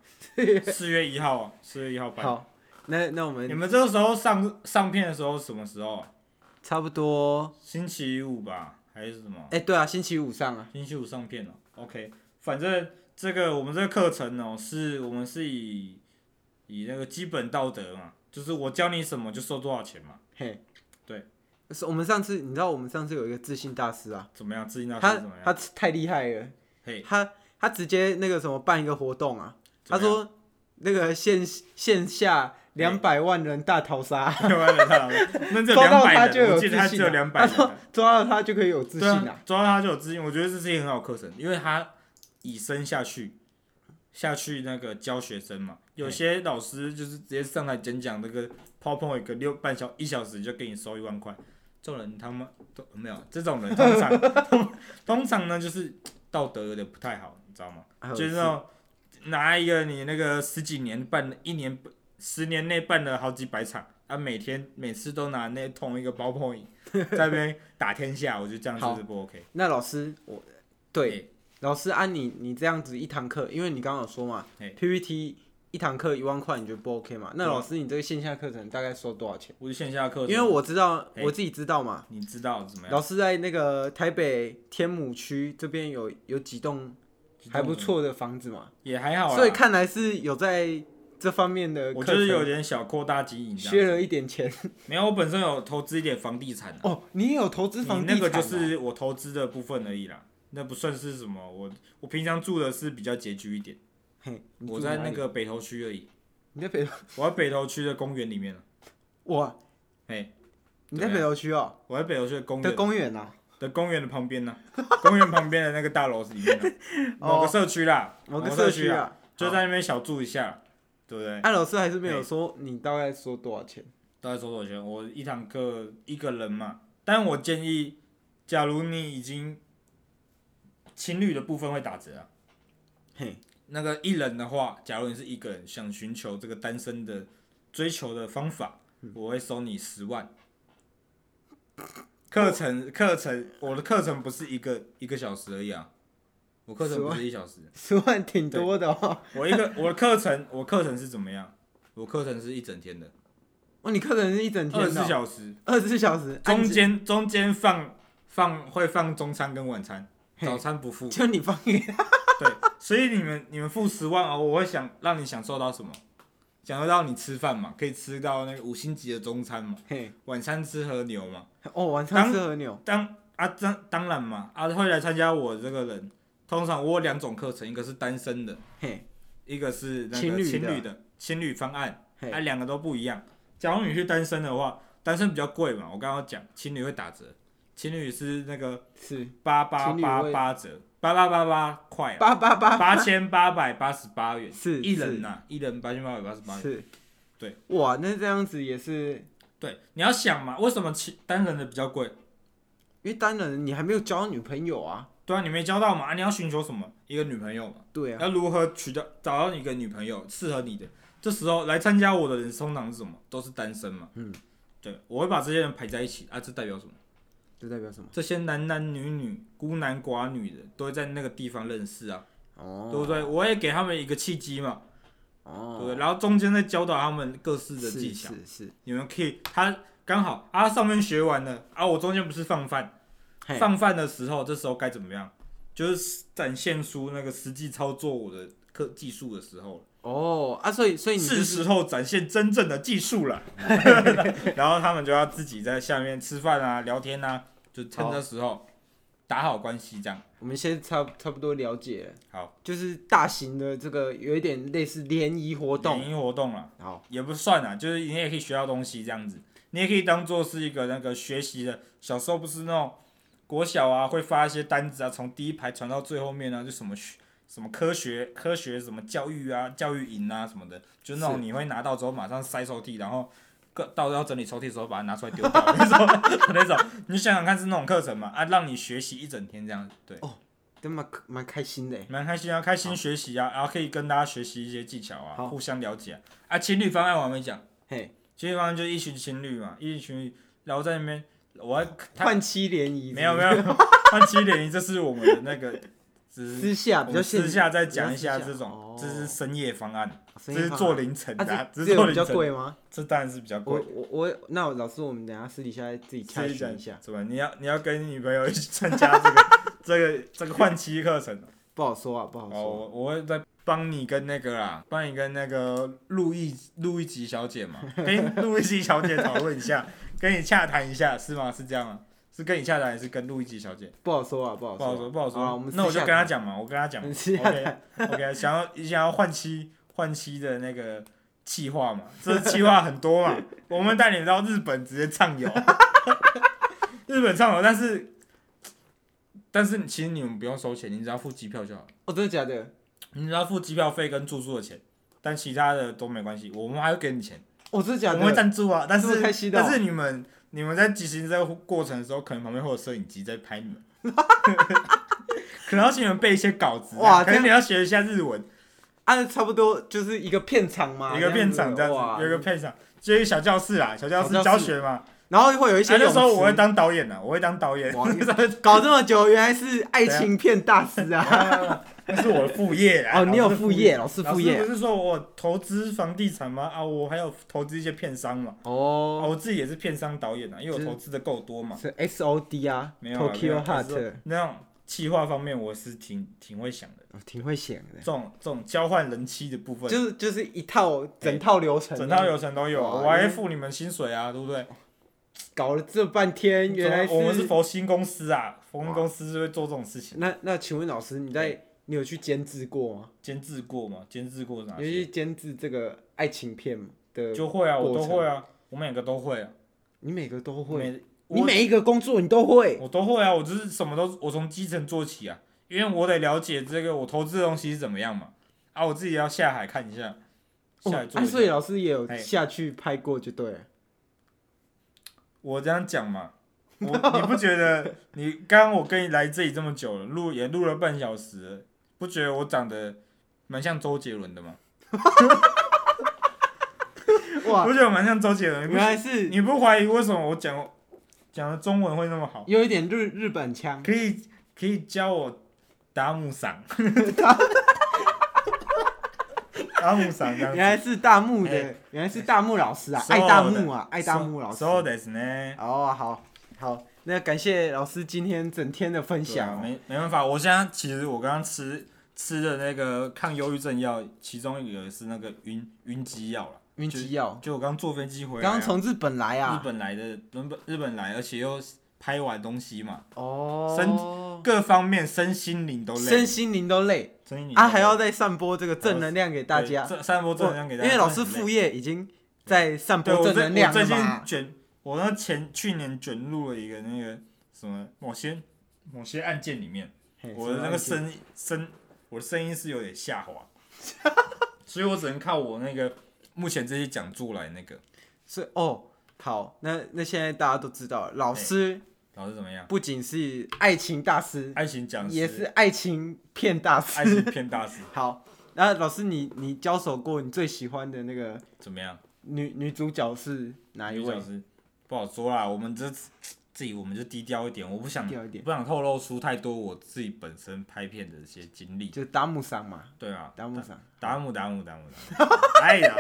S2: 四月一号啊，四月一号办。
S1: 好，那那我
S2: 你
S1: 们
S2: 们这个时候上上片的时候什么时候啊？
S1: 差不多，
S2: 星期五吧，还是什么？
S1: 哎、对啊，星期五上啊，
S2: 星期五上片了。OK，反正这个我们这个课程哦、是我们是以以那个基本道德嘛，就是我教你什么就收多少钱嘛。
S1: 嘿，
S2: 对，
S1: 是我们上次你知道我们上次有一个自信大师啊，
S2: 怎么样？自己那
S1: 他
S2: 怎么样？
S1: 他太厉害了，
S2: 嘿，
S1: 他他直接那个什么办一个活动啊，他
S2: 怎么样
S1: 说那个线线下两百万人大逃杀，
S2: 抓到他了那只有
S1: 抓
S2: 两
S1: 到
S2: 百
S1: 他就
S2: 人，
S1: 有
S2: 我
S1: 自
S2: 记
S1: 信、啊，
S2: 得他只有两百
S1: 他
S2: 人
S1: 说
S2: 啊，
S1: 抓到他就可以有自信
S2: 对
S1: 啊
S2: 啊，，抓到他就有自信。我觉得这是一个很好的课程，因为他以身下去。下去那个教学生嘛，有些老师就是直接上来讲讲那个 PowerPoint 个六半小一小时就给你收一万块，这种人他们都没有，这种人通常通通常呢就是道德有点不太好，你知道吗？
S1: 还啊有
S2: 就是那种拿一个你那个十几年办的，一年十年内办了好几百场，啊，每天每次都拿那同一 个 PowerPoint 在那边打天下，我觉得这样
S1: 好
S2: 就是不 OK。
S1: 那老师我对。啊
S2: 哎
S1: 老师按、你你这样子一堂课，因为你刚刚有说嘛
S2: 嘿
S1: ，PPT 一堂课一万块，你觉得不 OK 吗？那
S2: 对啊
S1: 老师，你这个线下课程大概收多少钱？
S2: 我是线下课程，
S1: 因为我知道
S2: 哎
S1: 我自己知道嘛，
S2: 你知道怎么样？
S1: 老师在那个台北天母区这边有有几栋还不错的房子嘛，
S2: 也还好啦，
S1: 所以看来是有在这方面的
S2: 我
S1: 课
S2: 就是有
S1: 程
S2: 点小扩大经营这样
S1: 削
S2: 子。
S1: 了一点钱。
S2: 没有，我本身有投资一点房地产、啊，
S1: 哦，你也有投资房
S2: 你
S1: 地产
S2: 那
S1: 啊、
S2: 个就是我投资的部分而已啦，那不算是什么。我我平常住的是比较拮据一点，
S1: 嘿，你住
S2: 我在
S1: 哪
S2: 那
S1: 里
S2: 个北投区而已，
S1: 你在北投
S2: 我在北投区的公园里面啊
S1: 哇，
S2: 嘿，
S1: 你在北投区哦
S2: 我在北投区的公
S1: 的
S2: 园
S1: 公园啊呐、
S2: 的公园的旁边呢、 公园旁边的那个大楼里面、啊，某个社区啦，
S1: 某
S2: 个
S1: 个社
S2: 社
S1: 区
S2: 啊，
S1: 啊。哦
S2: 就在那边小住一下，对不对？
S1: 安老师还是没有说你大概说多少钱。
S2: 都在走走圈，我一堂课一个人嘛，但我建议，假如你已经情侣的部分会打折啊，
S1: 嘿，
S2: 那个一人的话，假如你是一个人想寻求这个单身的追求的方法，
S1: 嗯
S2: 我会收你十万。课
S1: 哦
S2: 程课程，我的课程不是一个一个小时而已啊，我课程不是一小时，
S1: 十万挺多的哦。
S2: 我一个我的课程我课程是怎么样？我课程是一整天的，
S1: 哦，你课程是一整
S2: 二
S1: 天
S2: 十
S1: 的
S2: 四
S1: 哦、
S2: 小时，
S1: 二十四小时，
S2: 中
S1: 按时
S2: 间中间放放会放中餐跟晚餐，
S1: 嘿。
S2: 早餐不付
S1: 就你放给 他。
S2: 对，所以你们你们付十万哦，我会想让你享受到什么？享受到你吃饭嘛，可以吃到那个五星级的中餐嘛，
S1: 嘿，
S2: 晚餐吃和牛嘛。
S1: 哦，晚
S2: 当
S1: 上吃和牛。
S2: 当啊当当然嘛，啊会来参加我这个人，通常我有两种课程，一个是单身的，
S1: 嘿，
S2: 一个是那
S1: 情
S2: 个
S1: 侣的
S2: 情侣的情侣方案，
S1: 嘿
S2: 啊两个都不一样。假如你去单身的话，单身比较贵嘛，我刚刚讲情侣会打折，情侣是那个
S1: 是哎
S2: 八八八八折，八八八八 块、啊，
S1: 八八八
S2: 八千八百八十八元，
S1: 是
S2: 一人
S1: 是
S2: 呐、一人八千八百八十八元。
S1: 是。
S2: 对。
S1: 哇，那这样子也是，
S2: 对，你要想嘛，为什么其单人的比较贵？
S1: 因为当然你还没有交女朋友啊。
S2: 对啊，你没交到嘛，啊你要寻求什么？一个女朋友嘛，
S1: 对啊，
S2: 要如何娶到找到一个女朋友适合你的？这时候来参加我的人通常是什么？都是单身嘛。
S1: 嗯。
S2: 对，我会把这些人排在一起啊，这代表什么？
S1: 这代表什么？
S2: 这些男男女女、孤男寡女的都会在那个地方认识啊，
S1: 哦，
S2: 对不对？我也给他们一个契机嘛。
S1: 哦，
S2: 对，然后中间再教导他们各式的技巧。
S1: 是是是，
S2: 你们可以，他刚好啊，上面学完了啊，我中间不是放饭，
S1: 嘿
S2: 放饭的时候，这时候该怎么样？就是展现出那个实际操作我的课技术的时候了，
S1: 哦啊，所以所以你就是
S2: 时候展现真正的技术 了。然后他们就要自己在下面吃饭啊、聊天啊，就
S1: 哦
S2: 趁这时候打好关系，这样
S1: 我们先差差不多了解了，
S2: 好。
S1: 就是大型的这个有一点类似联谊活动，
S2: 联谊活动了。
S1: 好，
S2: 也不算啊，就是你也可以学到东西这样子，你也可以当做是一个那个学习的。小时候不是那种国小啊，会发一些单子啊，从第一排传到最后面啊，就什么学什么科学科学什么教育啊、教育营啊什么的，就那种
S1: 是
S2: 你会拿到之后马上塞抽屉，然后各到要整理抽屉的时候把它拿出来丢掉那种那种。你想想看是那种课程嘛啊，让你学习一整天这样子，对，
S1: 真蛮蛮开心的耶，欸
S2: 蛮开心啊，开心学习啊，然后可以跟大家学习一些技巧啊，
S1: 好
S2: 互相了解啊。啊情侣方案我还没讲。
S1: 嘿，
S2: 其实反正就是一群情侣嘛，一群情侣，然后在那边，我还他
S1: 换妻联谊是不是
S2: 没有没有，他七点一，这是我们的那个，只是
S1: 私下
S2: 我
S1: 比
S2: 们
S1: 较
S2: 私下再讲一下
S1: 比较私
S2: 这
S1: 下
S2: 种
S1: 哦，
S2: 这是深夜方案，这
S1: 生意
S2: 是
S1: 方
S2: 做
S1: 案
S2: 凌晨的啊
S1: 啊，，
S2: 这
S1: 这
S2: 是
S1: 这
S2: 做
S1: 有比
S2: 凌
S1: 较
S2: 晨，
S1: 贵吗？
S2: 这当然是比较
S1: 我
S2: 贵。
S1: 我我，那老师，我们等一下私底下自己洽
S2: 是
S1: 询一下，
S2: 怎么？你要你要跟女朋友一起参加这个这个这个换妻课程
S1: 不好说啊，不好
S2: 哦，
S1: 说。
S2: 我我会再帮你跟那个啦，帮你跟那个陆易陆易吉小 姐嘛，跟陆易吉小姐讨论一下，跟你洽谈一下，是吗？是这样吗？是跟你洽谈还是跟陆易吉小姐？
S1: 不好说啊，不好
S2: 不好
S1: 说
S2: 说，
S1: 啊，
S2: 不好
S1: 好啦
S2: 说
S1: 我们。
S2: 那我
S1: 私
S2: 就
S1: 下
S2: 跟他讲嘛，我跟他讲。
S1: 你 私下
S2: OK OK，想要你想要换妻换妻的那个计划嘛，这计划很 多嘛，我们带你到日本直接畅游，日本畅游，但是但是其实你们不用收钱，你只要付机票就好了。
S1: 哦，真的假的？
S2: 你只要付机票费跟住宿的钱，但其他的都没关系，我们还会给你钱，
S1: 哦，真的
S2: 我
S1: 假
S2: 们会
S1: 的？
S2: 赞助啊。但
S1: 这
S2: 是
S1: 么开心的哦
S2: 但是你们你们在执行这个过程的时候，可能旁边会有摄影机在拍你 们，可能要请你们背一些稿子啊，
S1: 哇
S2: 可
S1: 这
S2: 能
S1: 样
S2: 你要学一下日文，
S1: 啊，差不多就是一个片场嘛，
S2: 有一个片场这样
S1: 哇
S2: 子，有一个片场，就一个小教室啊，小教室
S1: 小教室
S2: 教学嘛。
S1: 然后会有一
S2: 啊
S1: 些
S2: 那
S1: 泳
S2: 时候我会
S1: 池。
S2: 当 导演呢，我会当导演。
S1: 哇搞这么久，原来是爱
S2: 怎样
S1: 情片大师啊！
S2: 啊那是我的副业啊。
S1: 哦，你有
S2: 老师
S1: 副业，老师
S2: 老
S1: 副
S2: 师
S1: 业
S2: 不是说我投资房地产吗？啊，我还有投资一些片商嘛。啊，
S1: 哦，
S2: 我自己也是片商导演啊，因为我
S1: 是
S2: 投资的够多嘛。
S1: 是 S O D 啊
S2: 没有啊没有
S1: ，Tokyo
S2: 啊就是
S1: Heart，
S2: 那种企划方面，我是挺挺会想的。
S1: 哦挺会想的
S2: 这，种这种交换人妻的部分，
S1: 就是就是一套整套流程，
S2: 整套流程都有啊，
S1: 哇
S2: 我还
S1: 因为
S2: 付你们薪水啊，对不对？
S1: 搞了这半天，原来
S2: 我们是佛心公司啊，佛心公司就会做这种事情。
S1: 那那请问老师，你在你有去监制过吗？
S2: 监制过吗？监制过哪
S1: 你有
S2: 些？
S1: 去监制这个爱情片吗的？
S2: 就会啊，我
S1: 过
S2: 都
S1: 程
S2: 会啊，我每个都会啊，
S1: 你每个都会，
S2: 每
S1: 你
S2: 我
S1: 每一个工作你都会，
S2: 我都会啊，我就是什么都我从基层做起啊，因为我得了解这个我投资的东西是怎么样嘛，啊，我自己要下海看一下，
S1: 哦
S2: 下海做
S1: 啊，
S2: 一下。
S1: 所以老师也有
S2: 哎
S1: 下去拍过，就 对了。
S2: 我这样 讲嘛，我你不觉得你刚刚我跟你来这里这么久了，录也录了半小时了，不觉得我长得蛮像周杰伦的吗？
S1: 哇，
S2: 不觉得我蛮像周杰伦？
S1: 原
S2: 你不
S1: 来是
S2: 你不怀疑为什么我讲讲的中文会那么好？
S1: 有一点日日本腔，
S2: 可以可以教我达姆 嗓，达姆嗓这
S1: 原
S2: 样
S1: 来是大木的，
S2: 哎
S1: 原来是大木老师啊，
S2: 子。
S1: 爱大木啊，爱大木老师。
S2: そうですね。
S1: 哦，好，好，那感谢老师今天整天的分
S2: 对啊
S1: 享哦。
S2: 没没办法，我现在其实我刚刚吃吃的那个抗忧郁症药，其中一个是那个晕晕机药了。
S1: 晕机药，
S2: 就我刚坐飞机回来啊、
S1: 刚从日本来
S2: 日
S1: 啊。
S2: 本来的，日本日本来，而且又拍完东西嘛，
S1: 哦，
S2: 各方面身心灵都累，
S1: 身心灵都累
S2: 身心灵
S1: 啊，
S2: 都
S1: 还要
S2: 累
S1: 再散播这个正能量给大家
S2: 对。这散播正能量给大家，
S1: 因为老师
S2: 真的很
S1: 副
S2: 累
S1: 业已经在散
S2: 对
S1: 播
S2: 我
S1: 正
S2: 最
S1: 能量
S2: 我最
S1: 了
S2: 近
S1: 嘛。
S2: 卷，我那前去年卷入了一个那个什么某些某些案件里面，
S1: 嘿
S2: 我的那个，声音声，我的声音是有点下 滑，所以我只能靠我那个目前这些讲座来那个
S1: 是哦，好，那那现在大家都知道了，老师
S2: 老师怎么样，
S1: 不仅是爱情大师，
S2: 爱情讲师
S1: 也是爱情片大
S2: 爱情
S1: 师。
S2: 片大师
S1: 好，那老师你你交手过你最喜欢的那个
S2: 怎么样？
S1: 女女主角是哪一
S2: 女
S1: 位
S2: 讲？师不好说啦，我们这自己我们就低调一点，我不想
S1: 低调一点
S2: 不想透露出太多我自己本身拍片的一些经历，
S1: 就达姆桑嘛，
S2: 对啊，
S1: 达姆桑。
S2: 达姆达姆达姆达姆，哎呀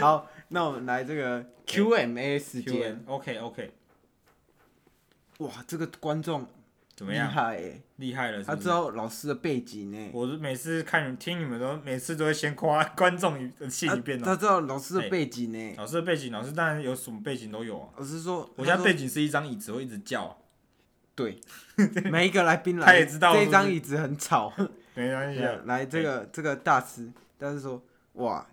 S1: 好，那我们来这个 Q&A 时间。
S2: ，Q&OK OK，
S1: 哇，这个观众
S2: 怎么
S1: 厉
S2: 样？
S1: 害欸，
S2: 厉害了是
S1: 他
S2: 不
S1: 知
S2: 是？
S1: 道老师的背景呢。
S2: 我是每次看你听你们都每次都会先夸 观众的信一遍
S1: 啊
S2: 哦。
S1: 他知道老师
S2: 哎
S1: 的背景呢、
S2: 老师的背景，老师当然有什么背景都有啊。
S1: 老师说，
S2: 我家
S1: 他说
S2: 背景是一张椅子，会一直叫啊，
S1: 每一个来宾来，
S2: 他也知道
S1: 这
S2: 是不是
S1: 张椅子很吵。
S2: 没关系啊。
S1: 来，这个这个大师，大师说，哇，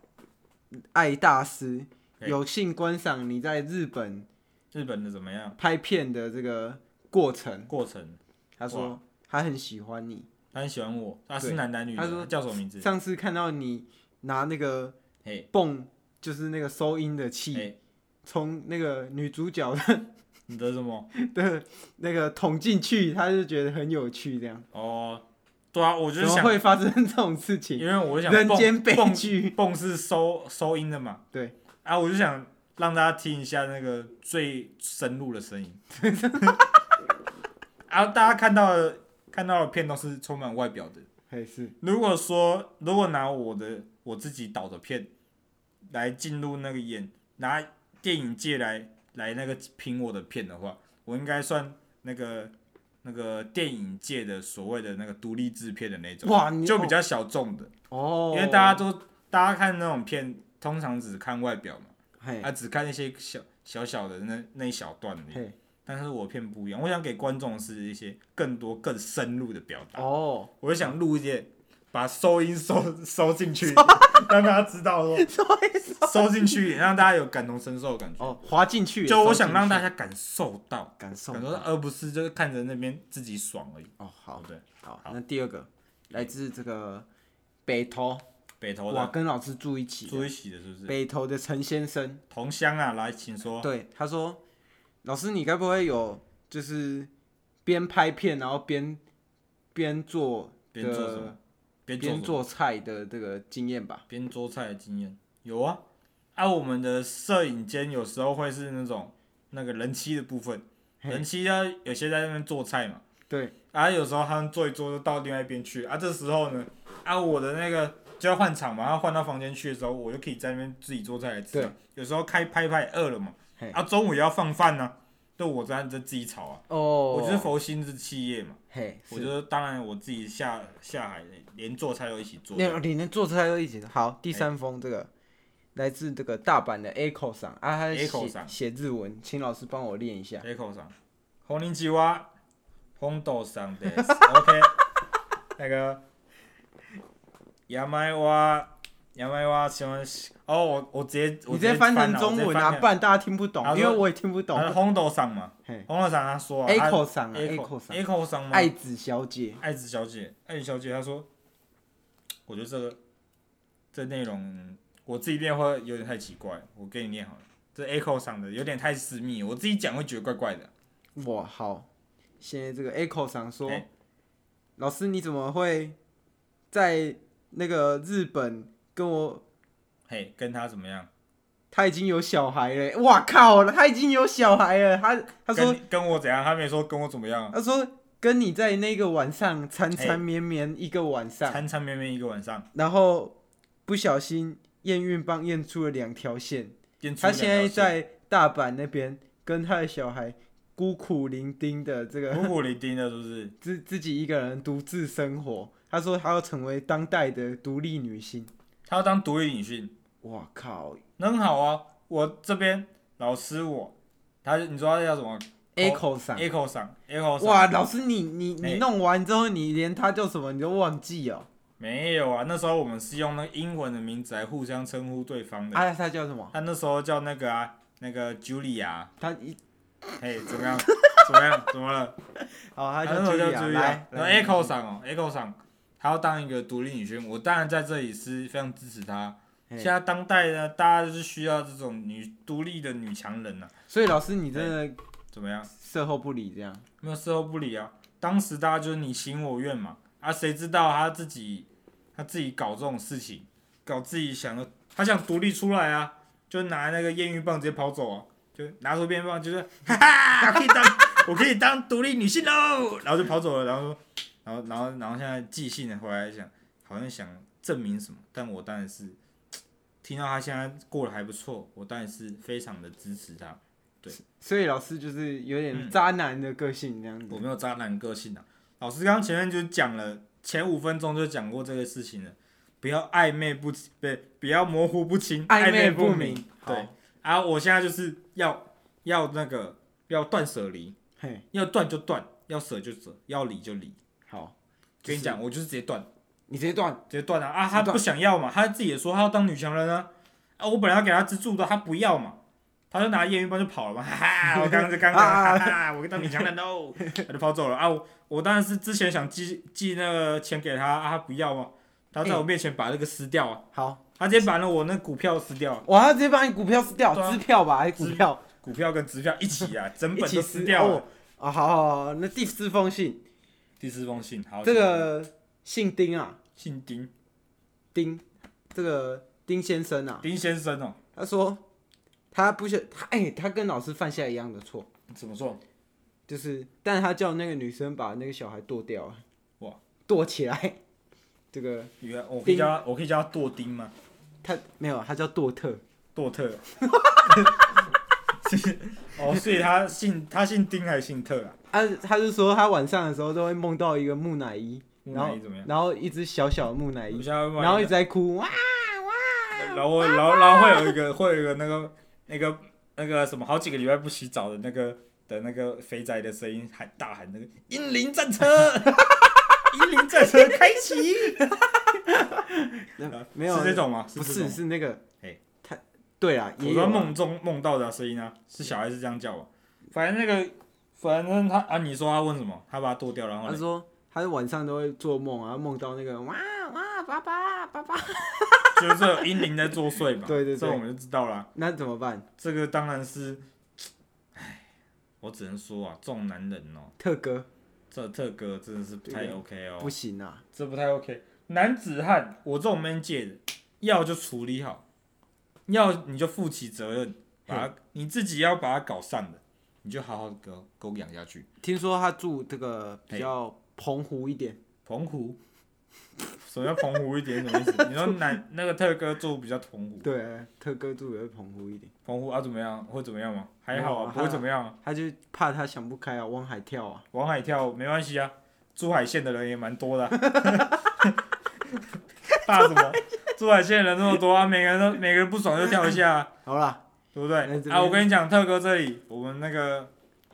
S1: 爱大师，
S2: 哎
S1: 有幸观赏你在日本
S2: 日本的怎么样？
S1: 拍片的这个过程。
S2: 过程，
S1: 他说他很喜欢你，
S2: 他很喜欢我，他
S1: 对
S2: 是男男女
S1: 他说
S2: 的，叫什么名字？
S1: 上次看到你拿那个
S2: 嘿，
S1: 泵，就是那个收音的器，
S2: 嘿，
S1: 从那个女主角
S2: 你的什么？
S1: 的那个捅进去，他就觉得很有趣，这样
S2: 哦，对啊，我就
S1: 怎
S2: 是
S1: 么
S2: 想，
S1: 会发生这种事情？
S2: 因为我就想
S1: 人
S2: 蹦
S1: 间悲
S2: 蹦
S1: 剧。
S2: 蹦是收收音的嘛，
S1: 对，
S2: 啊，我就想让大家听一下那个最深入的声音， 啊，大家看到的看到的片都是充满外表的。
S1: 还是
S2: 如果说如果拿我的我自己导的片来进入那个演拿电影界来来那个评我的片的话，我应该算那个那个电影界的所谓的那个独立制片的那种，
S1: 哇你
S2: 就比较小众的，
S1: 哦，
S2: 因为大家都大家看那种片通常只看外表嘛。
S1: 嘿
S2: 啊，只看那些小小小的那那一小段而已。
S1: 嘿
S2: 但是我片不一样，我想给观众是一些更多、更深入的表达。
S1: 哦，
S2: 我就想录一些把收音收收 进去，让大家知道说收进去，让大家有感同身受的感觉。
S1: 哦，滑进去了，
S2: 就我
S1: 收进
S2: 想
S1: 去
S2: 让大家感受到，
S1: 感受
S2: 感受到，
S1: 到
S2: 而不是就是看着那边自己爽而已。
S1: 哦，
S2: 好
S1: 好
S2: 对，
S1: 好
S2: 好，
S1: 那第二个来自这个北投，
S2: 北投
S1: 哇，
S2: 的
S1: 跟老师住一起
S2: 住
S1: 的，
S2: 一起的是不是？
S1: 北投的陈先生，
S2: 同乡啊，来，请说。
S1: 对，他说，老师你该不会有就是边拍片然后边边做
S2: 边做什
S1: 的
S2: 么？边做什
S1: 边
S2: 么
S1: 做菜的这个经验吧？
S2: 边做菜的经验有啊。啊，我们的摄影间有时候会是那种那个人妻的部分，
S1: 嘿
S2: 人妻他有些在那边做菜嘛，
S1: 对，
S2: 啊，有时候他们坐一坐就到另外一边去啊，这时候呢，啊我的那个就要换场嘛，要换到房间去的时候，我就可以在那边自己做菜来吃、
S1: 对
S2: 啊。有时候开拍拍饿了嘛
S1: 嘿，
S2: 啊中午也要放饭呢、就我在这自己炒啊，
S1: 哦，
S2: 我就是佛心之企业嘛，
S1: 嘿，
S2: 我
S1: 是
S2: 觉得当然我自己下下海连做菜都一起做，
S1: 那你能做出来就一起的好。第
S2: 哎
S1: 三封这个来自这个大阪的 Echo 上啊，他写
S2: Echo 桑
S1: 写日文，请老师帮我练一下。
S2: 开口上，红林吉蛙，红豆上的，OK，那个牙麦蛙，牙麦蛙喜欢哦，我我直接我
S1: 你直接翻
S2: 翻
S1: 成
S2: 了
S1: 中
S2: 我直
S1: 文
S2: 接
S1: 啊，
S2: 翻
S1: 不然大家听不懂
S2: 他，
S1: 因
S2: 说
S1: 为我也听不懂
S2: 了，。红豆上嘛
S1: 嘿，
S2: 红豆上他说
S1: Echo 上啊
S2: A 口
S1: ，Echo 上，
S2: A 上吗？
S1: 爱子小姐，
S2: 爱子小姐，爱子小姐她说，我觉得这个这内容我自己念会有点太奇怪，我给你念好了，这 A 口上的有点太私密，我自己讲会觉得怪怪的。
S1: 哇，好。现在这个 Echo 上说
S2: 哎，
S1: 老师你怎么会在那个日本跟我？
S2: 嘿，跟他怎么样？
S1: 他已经有小孩了，哇靠！他已经有小孩了。他他说
S2: 跟你跟我怎样？他没说跟我怎么样啊，
S1: 他说跟你在那个晚上缠缠绵绵一个晚上，
S2: 缠缠绵绵一个晚上，
S1: 然后不小心验孕棒验出了两条线。
S2: 变出
S1: 他
S2: 两条
S1: 现在
S2: 线
S1: 在大阪那边跟他的小孩孤苦伶仃的这个
S2: 孤苦伶仃的，是不是？
S1: 自自己一个人独自生活。他说他要成为当代的独立女性。
S2: 他要当独立女性，
S1: 哇靠
S2: 那很好啊。我这边老师我，他你说他叫什么
S1: ！Echo 上。
S2: 哦？Echo 上，Echo 上，
S1: 哇，老师，你你你
S2: 哎
S1: 弄完之后，你连他叫什么你都忘记哦。
S2: 没有啊。那时候我们是用那个英文的名字来互相称呼对方的。
S1: 啊，他叫什么？
S2: 他那时候叫那个啊，那个 Julia，啊
S1: 他一
S2: 嘿，怎 么样？怎么样？怎么了？
S1: 哦，他
S2: 他
S1: 叫
S2: 那时候叫
S1: Julia，
S2: Julia，
S1: 来
S2: 然后
S1: 来
S2: Echo 上哦，Echo 上，他要当一个独立女性，我当然在这里是非常支持他。
S1: 嘿
S2: 现在当代呢，大家就是需要这种女独立的女强人呐、啊
S1: 所以老师，你真的
S2: 怎么样？
S1: 售后不理这样？
S2: 没有事后不理啊。当时大家就是你情我愿嘛，啊，谁知道他自己他自己搞这种事情，搞自己想的，他想独立出来啊，就拿那个验孕棒直接跑走啊，就拿出验孕棒，就是 哈哈，我可以当我可以当独立女性喽，然后就跑走了，然后说，然后然后然后现在寄信呢回来想，好像想证明什么，但我当然是听到他现在过得还不错，我当然是非常的支持他。
S1: 所以老师就是有
S2: 嗯
S1: 点渣男的个性这样子。
S2: 我没有渣男个性啊。老师刚前面就讲了，前五分钟就讲过这个事情了，不要暧昧不清，不不要模糊不清，暧
S1: 昧
S2: 不
S1: 明。，
S2: 对
S1: 好，
S2: 啊，我现在就是要要那个要断舍离，
S1: 嘿，
S2: 要断就断，要舍就舍，要离就离。
S1: 好，
S2: 跟你讲，我就是直接断，
S1: 你直接断。
S2: 直接断啊！啊，
S1: 直接
S2: 他
S1: 断
S2: 不想要嘛，他自己也说他要当女强人啊。啊，我本来要给他资助的，他不要嘛，他就拿验孕棒就跑了嘛，哈哈！我刚刚就刚刚，
S1: 啊
S2: 哈哈！我当女强人喽，他就跑走了啊！我我当然是之前想寄寄那个钱给他，啊，他不要嘛，他
S1: 哎
S2: 在我面前把那个撕掉啊，
S1: 好，
S2: 他直接把那我那股票撕掉啊，
S1: 哇，他直接把你股票撕掉
S2: 对，啊
S1: 支票吧，还是
S2: 支
S1: 股票
S2: 股票跟支票一起啊，整
S1: 一
S2: 本
S1: 起
S2: 都
S1: 撕
S2: 撕掉
S1: 哦
S2: 了。
S1: 啊，好好，好那第四封信，
S2: 第四封信，好，
S1: 这个姓丁啊，
S2: 姓丁，
S1: 丁，这个丁先生啊，
S2: 丁先生哦，
S1: 他说他不想，他哎、他跟老师犯下一样的错，
S2: 怎么说？
S1: 就是，但是他叫那个女生把那个小孩剁掉啊，
S2: 哇，
S1: 剁起来，这个
S2: 原来我可以叫他，我可以叫他剁丁吗？
S1: 他没有，他叫剁特，
S2: 堕特。 哦，所以他姓他姓丁还是姓特啊？
S1: 他他是说他晚上的时候都会梦到一个木乃伊，
S2: 木
S1: 然
S2: 乃
S1: 后
S2: 伊怎么样？
S1: 然后一只小小的木乃
S2: 我
S1: 伊，
S2: 现在会
S1: 然后一
S2: 问
S1: 直在哭哇，
S2: 然后会然后然后会有一个会有一个那个那个那个什么好几个礼拜不洗澡的那个的那个肥仔的声音喊大喊那个英灵战车， 英灵战车开启，
S1: 那 没有
S2: 呃是这种吗？
S1: 不
S2: 这种
S1: 是
S2: 吗，
S1: 是那个
S2: 嘿，
S1: 他对啊，也
S2: 我
S1: 有啊
S2: 说梦中梦到的声音啊，是小孩子这样叫我，啊反正那个反正他啊，你说他问什么？他把他剁掉，然后
S1: 他
S2: 嘞
S1: 说他晚上都会做梦啊，梦到那个哇哇爸爸爸爸，
S2: 就是这有英灵在作祟嘛，
S1: 对对对
S2: 这我们就知道啦。
S1: 那怎么办？
S2: 这个当然是，唉，我只能说啊，这种男人哦，
S1: 特哥
S2: 这特哥真的是不太
S1: 对
S2: OK 哦，
S1: 不行啊，
S2: 这不太 OK。男子汉，我这种 man 界的，要就处理好，要你就负起责任，把他你自己要把他搞散的，你就好好给我给我养下去。
S1: 听说他住这个比较澎湖一点，
S2: 澎湖，什么叫澎湖一点？什么意思？你说南那个特哥住比较澎湖，
S1: 对，特哥住也会澎湖一点，
S2: 澎湖啊怎么样？会怎么样吗？还好
S1: 没有啊
S2: 啊，不会怎么样、啊。
S1: 他就怕他想不开啊，往海跳啊，
S2: 往海跳没关系啊，珠海县的人也蛮多的、啊。 怕什么？珠海县人那么多啊，每个人都每个人不爽就跳一下、啊，
S1: 好啦，
S2: 对不
S1: 那这
S2: 对？
S1: 边
S2: 啊，我跟你讲，特哥这里我们那个。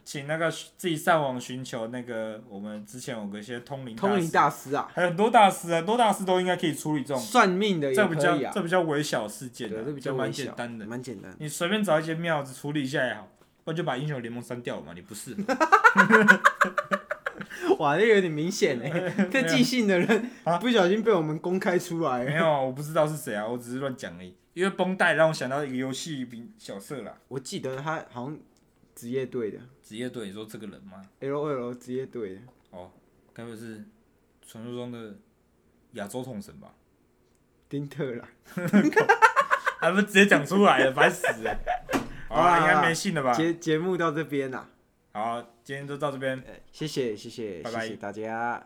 S2: 请那个自己上网寻求那个，我们之前有个一些通灵
S1: 通灵
S2: 师
S1: 大师啊，
S2: 还有很多大师啊，很多大师都应该可以处理这种，
S1: 算命的也
S2: 这比较、
S1: 可以啊，
S2: 这比较微小事件、
S1: 对，
S2: 啊，
S1: 这比较
S2: 蛮
S1: 微
S2: 简
S1: 小
S2: 单的。
S1: 蛮简单的，
S2: 你随便找一间庙子处理一下也好，不然就把英雄联盟删掉嘛，你不是啊吗
S1: 哇，这有点明显 哎，这即兴的人
S2: 啊
S1: 不小心被我们公开出来
S2: 没
S1: 了，
S2: 有啊，我不知道是谁啊，我只是乱讲而已。因为绷带让我想到一个游戏名小色啦，
S1: 我记得他好像职业队的
S2: 职业队，你说这个人吗？
S1: L 二 L 职业队的，
S2: 哦，该不会是传说中的亚洲统神吧？
S1: 丁特啦，
S2: 还啊不直接讲出来了，烦死了。好
S1: 好啦
S2: 啊，应该没信了吧？
S1: 节节目到这边啦，哎
S2: 好，今天就到这边。
S1: 谢谢谢谢
S2: 拜拜
S1: 谢谢大家。